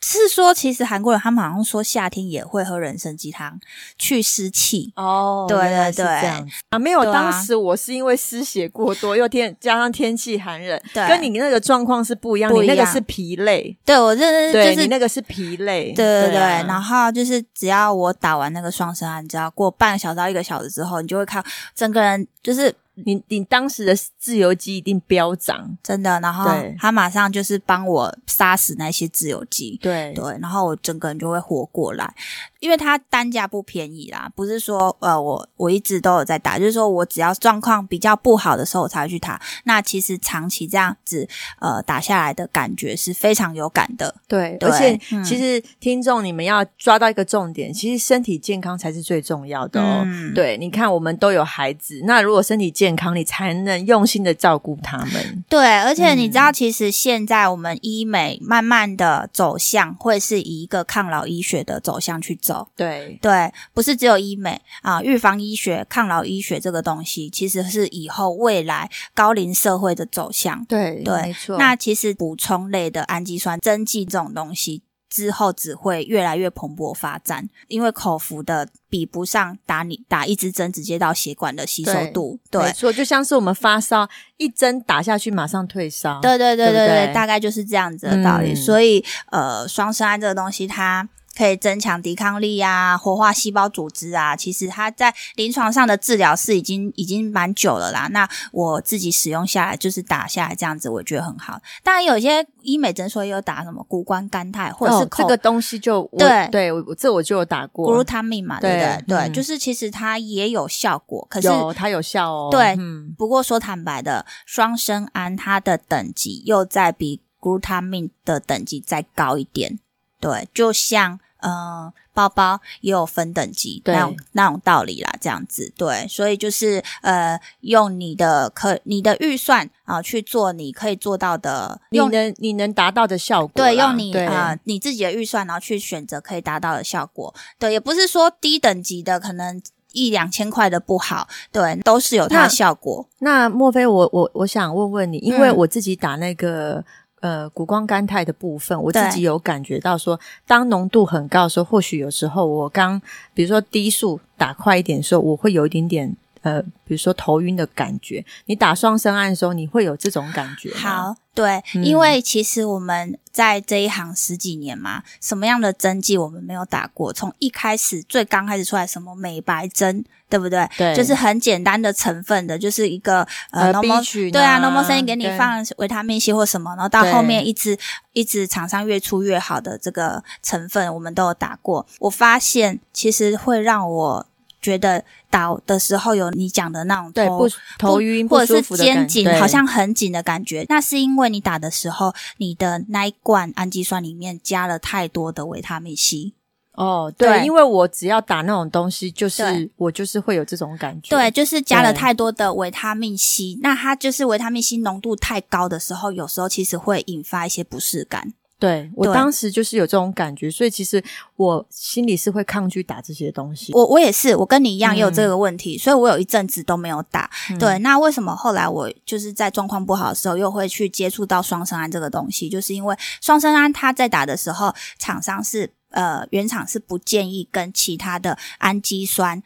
[SPEAKER 1] 是说，其实韩国人他们好像说夏天也会喝人参鸡汤去湿气。
[SPEAKER 2] 哦，
[SPEAKER 1] 对
[SPEAKER 2] 原来是
[SPEAKER 1] 对对
[SPEAKER 2] 这样子啊，没有，
[SPEAKER 1] 对啊
[SPEAKER 2] 当时我是因为失血过多，又天加上天气寒冷，
[SPEAKER 1] 对
[SPEAKER 2] 跟你那个状况是不一样，
[SPEAKER 1] 不一
[SPEAKER 2] 你
[SPEAKER 1] 样
[SPEAKER 2] 那个是疲累，
[SPEAKER 1] 对我认
[SPEAKER 2] 对、
[SPEAKER 1] 真就是
[SPEAKER 2] 你那个是疲累，
[SPEAKER 1] 对对对，
[SPEAKER 2] 啊
[SPEAKER 1] 然后就是只啊要我打完那个双生胺，只要过半个小时到一个小时之后，你就会看整个人就是
[SPEAKER 2] 你你当时的自由基一定飙涨，
[SPEAKER 1] 真的。然后
[SPEAKER 2] 对
[SPEAKER 1] 他马上就是帮我杀死那些自由基，
[SPEAKER 2] 对
[SPEAKER 1] 对，然后我整个人就会活过来，因为它单价不便宜啦，不是说呃我我一直都有在打，就是说我只要状况比较不好的时候我才会去打。那其实长期这样子呃打下来的感觉是非常有感的，
[SPEAKER 2] 对，
[SPEAKER 1] 对
[SPEAKER 2] 而且、
[SPEAKER 1] 嗯
[SPEAKER 2] 其实听众你们要抓到一个重点，其实身体健康才是最重要的哦。
[SPEAKER 1] 嗯
[SPEAKER 2] 对，你看我们都有孩子，那如果身体健康，你才能用心的照顾他们。
[SPEAKER 1] 对，而且你知道，其实现在我们医美慢慢的走向会是以一个抗老医学的走向去走。
[SPEAKER 2] 对，
[SPEAKER 1] 对，不是只有医美啊，预防医学、抗老医学这个东西，其实是以后未来高龄社会的走向。
[SPEAKER 2] 对，
[SPEAKER 1] 对
[SPEAKER 2] 没错。
[SPEAKER 1] 那其实补充类的氨基酸、针剂这种东西，之后只会越来越蓬勃发展，因为口服的比不上打你打一支针直接到血管的吸收
[SPEAKER 2] 对
[SPEAKER 1] 度。
[SPEAKER 2] 没
[SPEAKER 1] 对，
[SPEAKER 2] 错，就像是我们发烧，一针打下去马上退烧。
[SPEAKER 1] 对对对
[SPEAKER 2] 对不
[SPEAKER 1] 对对，
[SPEAKER 2] 对
[SPEAKER 1] 大概就是这样子的道理。
[SPEAKER 2] 嗯
[SPEAKER 1] 所以呃，双生胺这个东西它。可以增强抵抗力啊，活化细胞组织啊。其实它在临床上的治疗是已经已经蛮久了啦。那我自己使用下来，就是打下来这样子，我觉得很好。当然，有些医美诊所也有打什么谷胱甘肽或者是
[SPEAKER 2] 哦、这
[SPEAKER 1] 口
[SPEAKER 2] 个东西就我
[SPEAKER 1] 对
[SPEAKER 2] 对我我这我就有打
[SPEAKER 1] 咕噜
[SPEAKER 2] 过，
[SPEAKER 1] 他命嘛，对
[SPEAKER 2] 对
[SPEAKER 1] 不对？对，
[SPEAKER 2] 嗯
[SPEAKER 1] 就是其实它也有效果，可是
[SPEAKER 2] 有它有效哦。
[SPEAKER 1] 对
[SPEAKER 2] 嗯，
[SPEAKER 1] 不过说坦白的，双生胺它的等级又在比 glutamine 的等级再高一点。对，就像呃，包包也有分等级
[SPEAKER 2] 对
[SPEAKER 1] 那种那种道理啦，这样子。对，所以就是呃，用你的可你的预算啊、去做你可以做到的，
[SPEAKER 2] 你
[SPEAKER 1] 用
[SPEAKER 2] 能你能达到的效果啦，
[SPEAKER 1] 对，用你
[SPEAKER 2] 对
[SPEAKER 1] 啊、呃你自己的预算，然后去选择可以达到的效果。对，也不是说低等级的可能一两千块的不好，对，都是有它
[SPEAKER 2] 那
[SPEAKER 1] 的效果。
[SPEAKER 2] 那莫非我我我想问问你，因为
[SPEAKER 1] 嗯
[SPEAKER 2] 我自己打那个。呃，谷胱甘肽的部分，我自
[SPEAKER 1] 对
[SPEAKER 2] 己有感觉到说，当浓度很高的时候，或许有时候我刚，比如说低速打快一点的时候，我会有一点点呃，比如说头晕的感觉。你打双生胺的时候，你会有这种感觉吗？
[SPEAKER 1] 好，对，
[SPEAKER 2] 嗯
[SPEAKER 1] 因为其实我们在这一行十几年嘛，什么样的针剂我们没有打过？从一开始最刚开始出来什么美白针，对不对？
[SPEAKER 2] 对，
[SPEAKER 1] 就是很简单的成分的，就是一个呃
[SPEAKER 2] 呃
[SPEAKER 1] n o
[SPEAKER 2] B
[SPEAKER 1] r m
[SPEAKER 2] 群
[SPEAKER 1] 对啊 n o r m
[SPEAKER 2] 啊
[SPEAKER 1] a 给你
[SPEAKER 2] 对
[SPEAKER 1] 放维他命 C 或什么，然后到后
[SPEAKER 2] 对
[SPEAKER 1] 面一直一直厂商越出越好的这个成分，我们都有打过。我发现其实会让我觉得打的时候有你讲的那种
[SPEAKER 2] 对
[SPEAKER 1] 头
[SPEAKER 2] 不头晕
[SPEAKER 1] 或
[SPEAKER 2] 不
[SPEAKER 1] 者
[SPEAKER 2] 舒
[SPEAKER 1] 是
[SPEAKER 2] 服的感
[SPEAKER 1] 肩颈
[SPEAKER 2] 对
[SPEAKER 1] 好像很紧的感觉，那是因为你打的时候，你的那一罐氨基酸里面加了太多的维他命 C。
[SPEAKER 2] 哦，对，
[SPEAKER 1] 对
[SPEAKER 2] 因为我只要打那种东西，就是
[SPEAKER 1] 对
[SPEAKER 2] 我就是会有这种感觉。
[SPEAKER 1] 对，就是加了
[SPEAKER 2] 对
[SPEAKER 1] 太多的维他命 C，那它就是维他命 C 浓度太高的时候，有时候其实会引发一些不适感。
[SPEAKER 2] 对我
[SPEAKER 1] 对
[SPEAKER 2] 当时就是有这种感觉，所以其实我心里是会抗拒打这些东西。
[SPEAKER 1] 我我也是，我跟你一样也有这
[SPEAKER 2] 嗯
[SPEAKER 1] 个问题，所以我有一阵子都没有打。
[SPEAKER 2] 嗯
[SPEAKER 1] 对，那为什么后来我就是在状况不好的时候又会去接触到双生胺这个东西？就是因为双生胺它在打的时候，厂商是呃原厂是不建议跟其他的氨基酸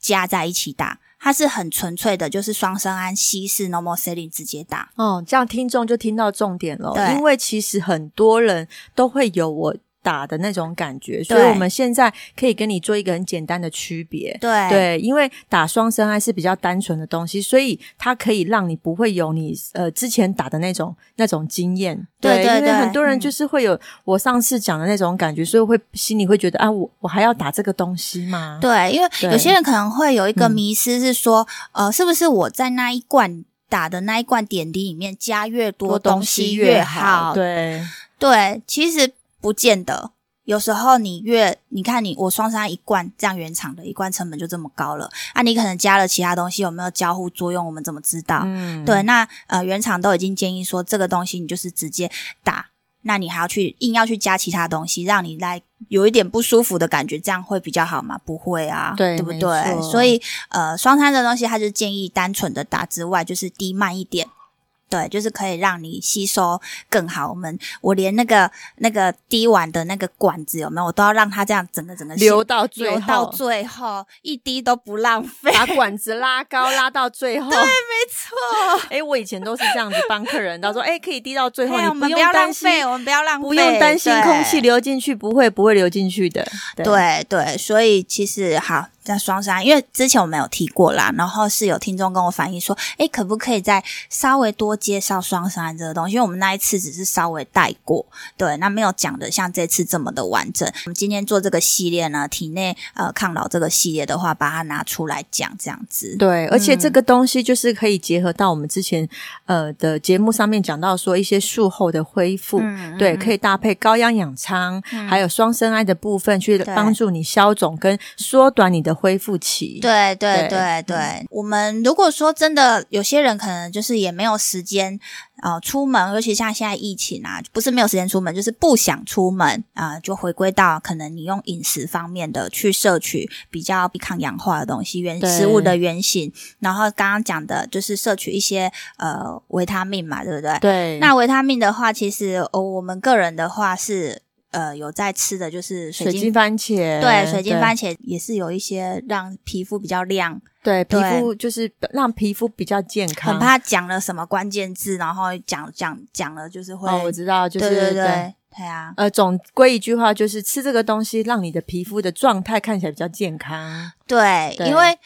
[SPEAKER 1] 加在一起打。它是很纯粹的，就是双生胺稀释 normal saline 直接打。
[SPEAKER 2] 哦，这样听众就听到重点了
[SPEAKER 1] 对，
[SPEAKER 2] 因为其实很多人都会有我打的那种感觉，所以
[SPEAKER 1] 对
[SPEAKER 2] 我们现在可以跟你做一个很简单的区别。
[SPEAKER 1] 对
[SPEAKER 2] 对，因为打双生胺是比较单纯的东西，所以它可以让你不会有你呃之前打的那种那种经验。
[SPEAKER 1] 对对
[SPEAKER 2] 因为
[SPEAKER 1] 对
[SPEAKER 2] 很多人
[SPEAKER 1] 嗯
[SPEAKER 2] 就是会有我上次讲的那种感觉，所以会心里会觉得啊，我我还要打这个东西吗？
[SPEAKER 1] 对，因为
[SPEAKER 2] 对
[SPEAKER 1] 有些人可能会有一个
[SPEAKER 2] 嗯
[SPEAKER 1] 迷失，是说，呃，是不是我在那一罐打的那一罐点滴里面加越多东西越好？
[SPEAKER 2] 对，
[SPEAKER 1] 对，其实不见得。有时候你越你看你我双杀一罐这样原厂的一罐成本就这么高了啊，你可能加了其他东西有没有交互作用？我们怎么知道？
[SPEAKER 2] 嗯，
[SPEAKER 1] 对，那呃原厂都已经建议说这个东西你就是直接打，那你还要去硬要去加其他东西，让你来有一点不舒服的感觉，这样会比较好吗？不会啊，
[SPEAKER 2] 对
[SPEAKER 1] 不
[SPEAKER 2] 没
[SPEAKER 1] 对？
[SPEAKER 2] 错
[SPEAKER 1] 所以呃双餐的东西，它就建议单纯的打之外，就是滴慢一点。对，就是可以让你吸收更好。我们我连那个那个滴完的那个管子有没有，我都要让它这样整个整个
[SPEAKER 2] 留
[SPEAKER 1] 吸
[SPEAKER 2] 到最
[SPEAKER 1] 流
[SPEAKER 2] 后，
[SPEAKER 1] 到最后，一滴都不浪费。
[SPEAKER 2] 把管子拉高，拉到最 后。对，没
[SPEAKER 1] 错。
[SPEAKER 2] 哎，我以前都是这样子帮客人，到说，哎，可以滴到最后，
[SPEAKER 1] 哎呀我
[SPEAKER 2] 你
[SPEAKER 1] 们不
[SPEAKER 2] 用
[SPEAKER 1] 要
[SPEAKER 2] 担
[SPEAKER 1] 浪
[SPEAKER 2] 心，
[SPEAKER 1] 费，我们不要浪费，
[SPEAKER 2] 不用担心
[SPEAKER 1] 对
[SPEAKER 2] 空气流进去不会不会流进去的。
[SPEAKER 1] 对对，所以其实好，在双山，因为之前我没有提过啦，然后是有听众跟我反映说，诶，可不可以再稍微多介绍双山这个东西？因为我们那一次只是稍微带过，对，那没有讲的像这次这么的完整。我们今天做这个系列呢，体内呃抗老这个系列的话，把它拿出来讲，这样子。
[SPEAKER 2] 对，而且这个东西就是可以结合到我们之前呃的节目上面讲到说一些术后的恢复，
[SPEAKER 1] 嗯
[SPEAKER 2] 对，可以搭配高氧氧舱，还有双生爱的部分去
[SPEAKER 1] 对
[SPEAKER 2] 帮助你消肿跟缩短你的恢复期。
[SPEAKER 1] 对对对
[SPEAKER 2] 对
[SPEAKER 1] 对，我们如果说真的，有些人可能就是也没有时间呃出门，尤其像现在疫情啊，不是没有时间出门，就是不想出门啊、就回归到可能你用饮食方面的去摄取比较抗氧化的东西，原
[SPEAKER 2] 对
[SPEAKER 1] 食物的原型，然后刚刚讲的就是摄取一些呃维他命嘛，对不对？
[SPEAKER 2] 对
[SPEAKER 1] 那维他命的话，其实呃我们个人的话是呃有在吃的，就是水
[SPEAKER 2] 水
[SPEAKER 1] 晶
[SPEAKER 2] 晶番茄，
[SPEAKER 1] 对，水晶番
[SPEAKER 2] 茄，
[SPEAKER 1] 茄也是有一些让皮肤比较亮，
[SPEAKER 2] 对皮
[SPEAKER 1] 对
[SPEAKER 2] 肤就是让皮肤比较健康。
[SPEAKER 1] 很怕讲了什么关键字，然后讲讲讲了就是会，
[SPEAKER 2] 哦，我知道，就是
[SPEAKER 1] 对对对对啊，
[SPEAKER 2] 呃，总归一句话就是吃这个东西，让你的皮肤的状态看起来比较健康。
[SPEAKER 1] 对，
[SPEAKER 2] 对
[SPEAKER 1] 因为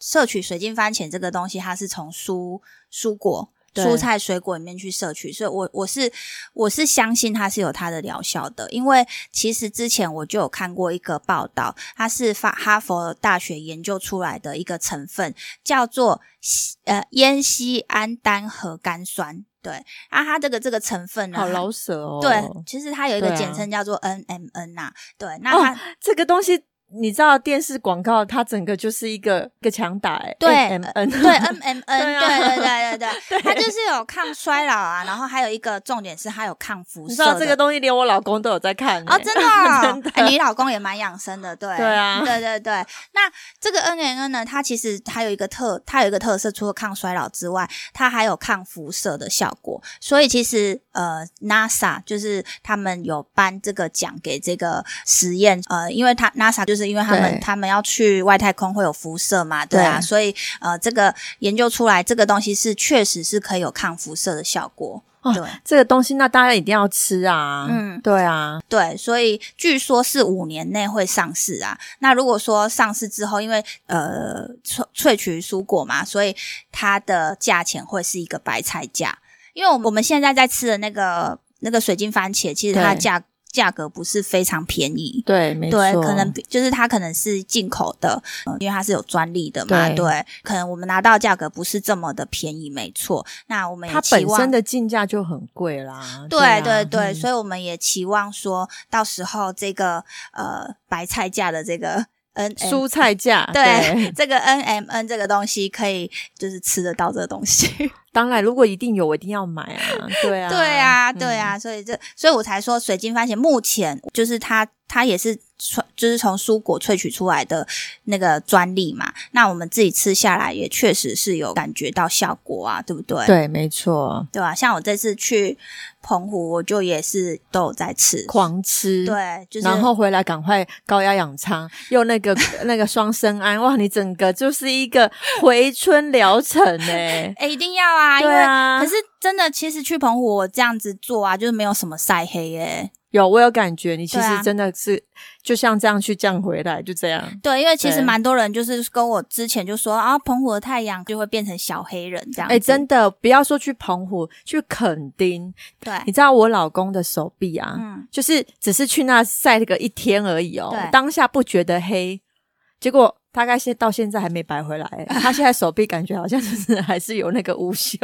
[SPEAKER 1] 摄取水晶番茄这个东西，它是从蔬蔬果。
[SPEAKER 2] 对
[SPEAKER 1] 蔬菜水果里面去摄取，所以我我是我是相信它是有它的疗效的，因为其实之前我就有看过一个报道，它是发哈佛大学研究出来的一个成分，叫做西呃烟酰胺单核苷酸。对，啊，它这个这个成分呢，
[SPEAKER 2] 好
[SPEAKER 1] 它
[SPEAKER 2] 老舍哦。
[SPEAKER 1] 对，其实它有一个
[SPEAKER 2] 对啊哦
[SPEAKER 1] 简称叫做 NMN 呐、对，那它、
[SPEAKER 2] 这个东西你知道，电视广告它整个就是一个一个强打、欸，
[SPEAKER 1] 对
[SPEAKER 2] M N，
[SPEAKER 1] 对 NMN，对、
[SPEAKER 2] 对啊
[SPEAKER 1] 对对对 对，它就是有抗衰老啊，然后还有一个重点是它有抗辐
[SPEAKER 2] 你
[SPEAKER 1] 射
[SPEAKER 2] 知
[SPEAKER 1] 的。
[SPEAKER 2] 道这个东西连我老公都有在看、欸、
[SPEAKER 1] 哦，真的、哦
[SPEAKER 2] 真的
[SPEAKER 1] 哎你老公也蛮养生的，对，
[SPEAKER 2] 对啊
[SPEAKER 1] 对对对。那这个 N N N 呢，它其实它有一个特，它有一个特色，除了抗衰老之外，它还有抗辐射的效果。所以其实呃，NASA 就是他们有颁这个奖给这个实验，呃，因为它 NASA 就是因为他们
[SPEAKER 2] 对
[SPEAKER 1] 他们要去外太空会有辐射嘛，对啊，
[SPEAKER 2] 对
[SPEAKER 1] 所以呃，这个研究出来这个东西是确实是可以有抗辐射的效果，
[SPEAKER 2] 哦
[SPEAKER 1] 对。
[SPEAKER 2] 这个东西，那大家一定要吃啊。
[SPEAKER 1] 嗯
[SPEAKER 2] 对啊，
[SPEAKER 1] 对，所以据说是五年内会上市啊。那如果说上市之后，因为呃萃萃取蔬果嘛，所以它的价钱会是一个白菜价。因为我们我们现在在吃的那个那个水晶番茄，其实它的
[SPEAKER 2] 对
[SPEAKER 1] 价价格不是非常便宜。
[SPEAKER 2] 对，没错，
[SPEAKER 1] 对，可能比就是它可能是进口的，呃因为它是有专利的嘛，对
[SPEAKER 2] 对
[SPEAKER 1] 可能我们拿到的价格不是这么的便宜，没错。那我们也
[SPEAKER 2] 它
[SPEAKER 1] 期
[SPEAKER 2] 本
[SPEAKER 1] 望
[SPEAKER 2] 身的进价就很贵啦。
[SPEAKER 1] 对对
[SPEAKER 2] 啊
[SPEAKER 1] 对，
[SPEAKER 2] 嗯
[SPEAKER 1] 所以我们也期望说到时候这个呃白菜价的这个 N
[SPEAKER 2] 蔬菜价，
[SPEAKER 1] 哎 对这个 N M N 这个东西可以就是吃得到这个东 西。
[SPEAKER 2] 当然，如果一定有，我一定要买啊！对 啊，
[SPEAKER 1] 对啊，
[SPEAKER 2] 嗯
[SPEAKER 1] 对啊，所以这所以我才说水晶番茄目前就是它它也是萃就是从蔬果萃取出来的那个专利嘛。那我们自己吃下来也确实是有感觉到效果啊，对不对？
[SPEAKER 2] 对，没错，
[SPEAKER 1] 对吧、啊像我这次去澎湖，我就也是都有在吃。
[SPEAKER 2] 狂吃，
[SPEAKER 1] 对，就是
[SPEAKER 2] 然后回来赶快高压氧舱，又那 个那个双生胺，哇，你整个就是一个回春疗程呢、
[SPEAKER 1] 哎、一定要啊，因
[SPEAKER 2] 对
[SPEAKER 1] 为、
[SPEAKER 2] 啊
[SPEAKER 1] 可是真的，其实去澎湖我这样子做啊，就是没有什么晒黑耶、
[SPEAKER 2] 有，我有感觉，你其
[SPEAKER 1] 对啊
[SPEAKER 2] 实真的是、就像这样去降回来，就这样。
[SPEAKER 1] 对，因为其实
[SPEAKER 2] 对
[SPEAKER 1] 蛮多人就是跟我之前就说啊，澎湖的太阳就会变成小黑人这样
[SPEAKER 2] 哎、
[SPEAKER 1] 子。
[SPEAKER 2] 真的，不要说去澎湖，去垦丁，
[SPEAKER 1] 对，
[SPEAKER 2] 你知道我老公的手臂啊，
[SPEAKER 1] 哎嗯，
[SPEAKER 2] 就是只是去那晒了个一天而已哦
[SPEAKER 1] 对，
[SPEAKER 2] 当下不觉得黑，结果大概现到现在还没白 回来。他现在手臂感觉好像就是还是有那个无 袖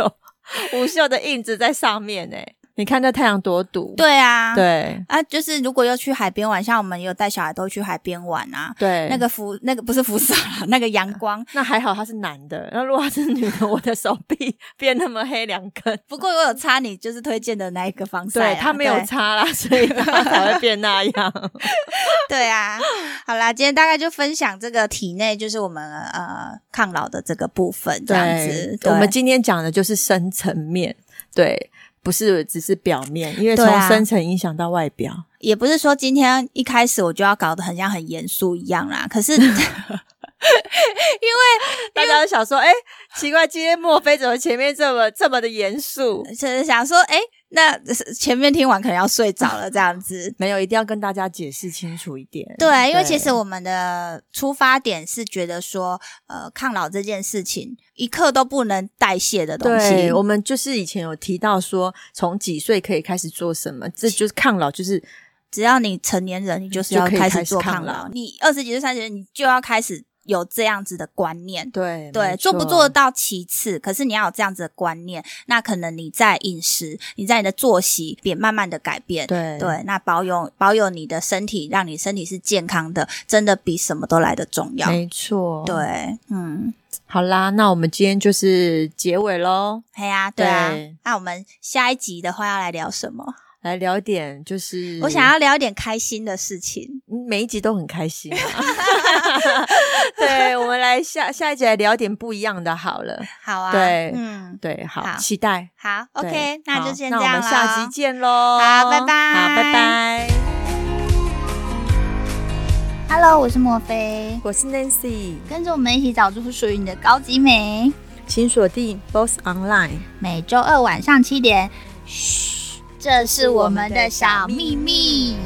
[SPEAKER 2] 无袖的印子在上面呢。你看那太阳多毒，
[SPEAKER 1] 对啊，
[SPEAKER 2] 对
[SPEAKER 1] 啊，就是如果要去海边玩，像我们也有带小孩都去海边玩啊，
[SPEAKER 2] 对，
[SPEAKER 1] 那个辐那个不是辐射啦，那个阳光。
[SPEAKER 2] 那还好他是男的，那如果他是女的，我的手臂变那么黑两根，
[SPEAKER 1] 不过我有差你就是推荐的那一个防晒
[SPEAKER 2] 对
[SPEAKER 1] 啊，
[SPEAKER 2] 他没有
[SPEAKER 1] 对
[SPEAKER 2] 擦啦，所以他才会变那样。
[SPEAKER 1] 对啊，好啦，今天大概就分享这个体内就是我们呃抗老的这个部分这样子。对
[SPEAKER 2] 我们今天讲的就是深层面，对，不是只是表面，因为
[SPEAKER 1] 对
[SPEAKER 2] 从
[SPEAKER 1] 啊
[SPEAKER 2] 深层影响到外表。
[SPEAKER 1] 也不是说今天一开始我就要搞得很像很严肃一样啦，可 是
[SPEAKER 2] 大家都想说，哎、奇怪，今天莫非怎么前面这么这么的严肃？
[SPEAKER 1] 只是想说，哎，那前面听完可能要睡着了，这样子。
[SPEAKER 2] 没有，一定要跟大家解释清楚一点。
[SPEAKER 1] 对，啊因为其实我们的出发点是觉得说，呃，抗老这件事情一刻都不能代谢的东西
[SPEAKER 2] 对，。我们就是以前有提到说，从几岁可以开始做什么，这就是抗老，就是
[SPEAKER 1] 只要你成年人，你就是要
[SPEAKER 2] 就可以
[SPEAKER 1] 开
[SPEAKER 2] 开
[SPEAKER 1] 始
[SPEAKER 2] 始
[SPEAKER 1] 做
[SPEAKER 2] 抗
[SPEAKER 1] 抗
[SPEAKER 2] 老
[SPEAKER 1] 老。你二十几岁、三十岁，你就要开始有这样子的观念。
[SPEAKER 2] 对
[SPEAKER 1] 对，做不做得到其次，可是你要有这样子的观念，那可能你在饮食，你在你的作息也慢慢的改变。
[SPEAKER 2] 对
[SPEAKER 1] 对，那保有保有你的身体，让你身体是健康的，真的比什么都来得重要。
[SPEAKER 2] 没错，，
[SPEAKER 1] 对，嗯，
[SPEAKER 2] 好啦，那我们今天就是结尾喽，
[SPEAKER 1] 哎呀、对啊。
[SPEAKER 2] 对
[SPEAKER 1] 那我们下一集的话要来聊什么？
[SPEAKER 2] 来聊一点，就是
[SPEAKER 1] 我想要聊一点开心的事情。
[SPEAKER 2] 嗯每一集都很开心、啊， 对，我们来下下一集来聊点不一样的好了，
[SPEAKER 1] 好啊，
[SPEAKER 2] 对
[SPEAKER 1] 嗯，
[SPEAKER 2] 对，好，
[SPEAKER 1] 好
[SPEAKER 2] 期待
[SPEAKER 1] 好
[SPEAKER 2] 对
[SPEAKER 1] ，OK，那就
[SPEAKER 2] 好
[SPEAKER 1] 先
[SPEAKER 2] 那
[SPEAKER 1] 这
[SPEAKER 2] 我
[SPEAKER 1] 样
[SPEAKER 2] 们
[SPEAKER 1] 了。
[SPEAKER 2] 下集见喽，
[SPEAKER 1] 好拜拜
[SPEAKER 2] 好，拜拜，
[SPEAKER 1] Hello，我是莫菲，
[SPEAKER 2] 我是 Nancy，
[SPEAKER 1] 跟着我们一起找出属于你的高级美。
[SPEAKER 2] 请锁定 Boss Online。
[SPEAKER 1] 每周二晚上七点。嘘，这是我们的小秘密。